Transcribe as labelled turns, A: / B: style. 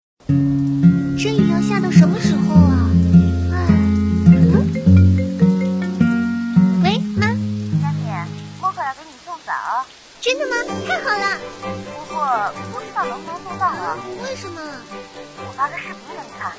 A: 啊哎嗯
B: 我可要给你送伞啊！
A: 真的吗？太好了！
B: 不过不知道能不能送到啊？
A: 为什么？
B: 我发个视频给你看。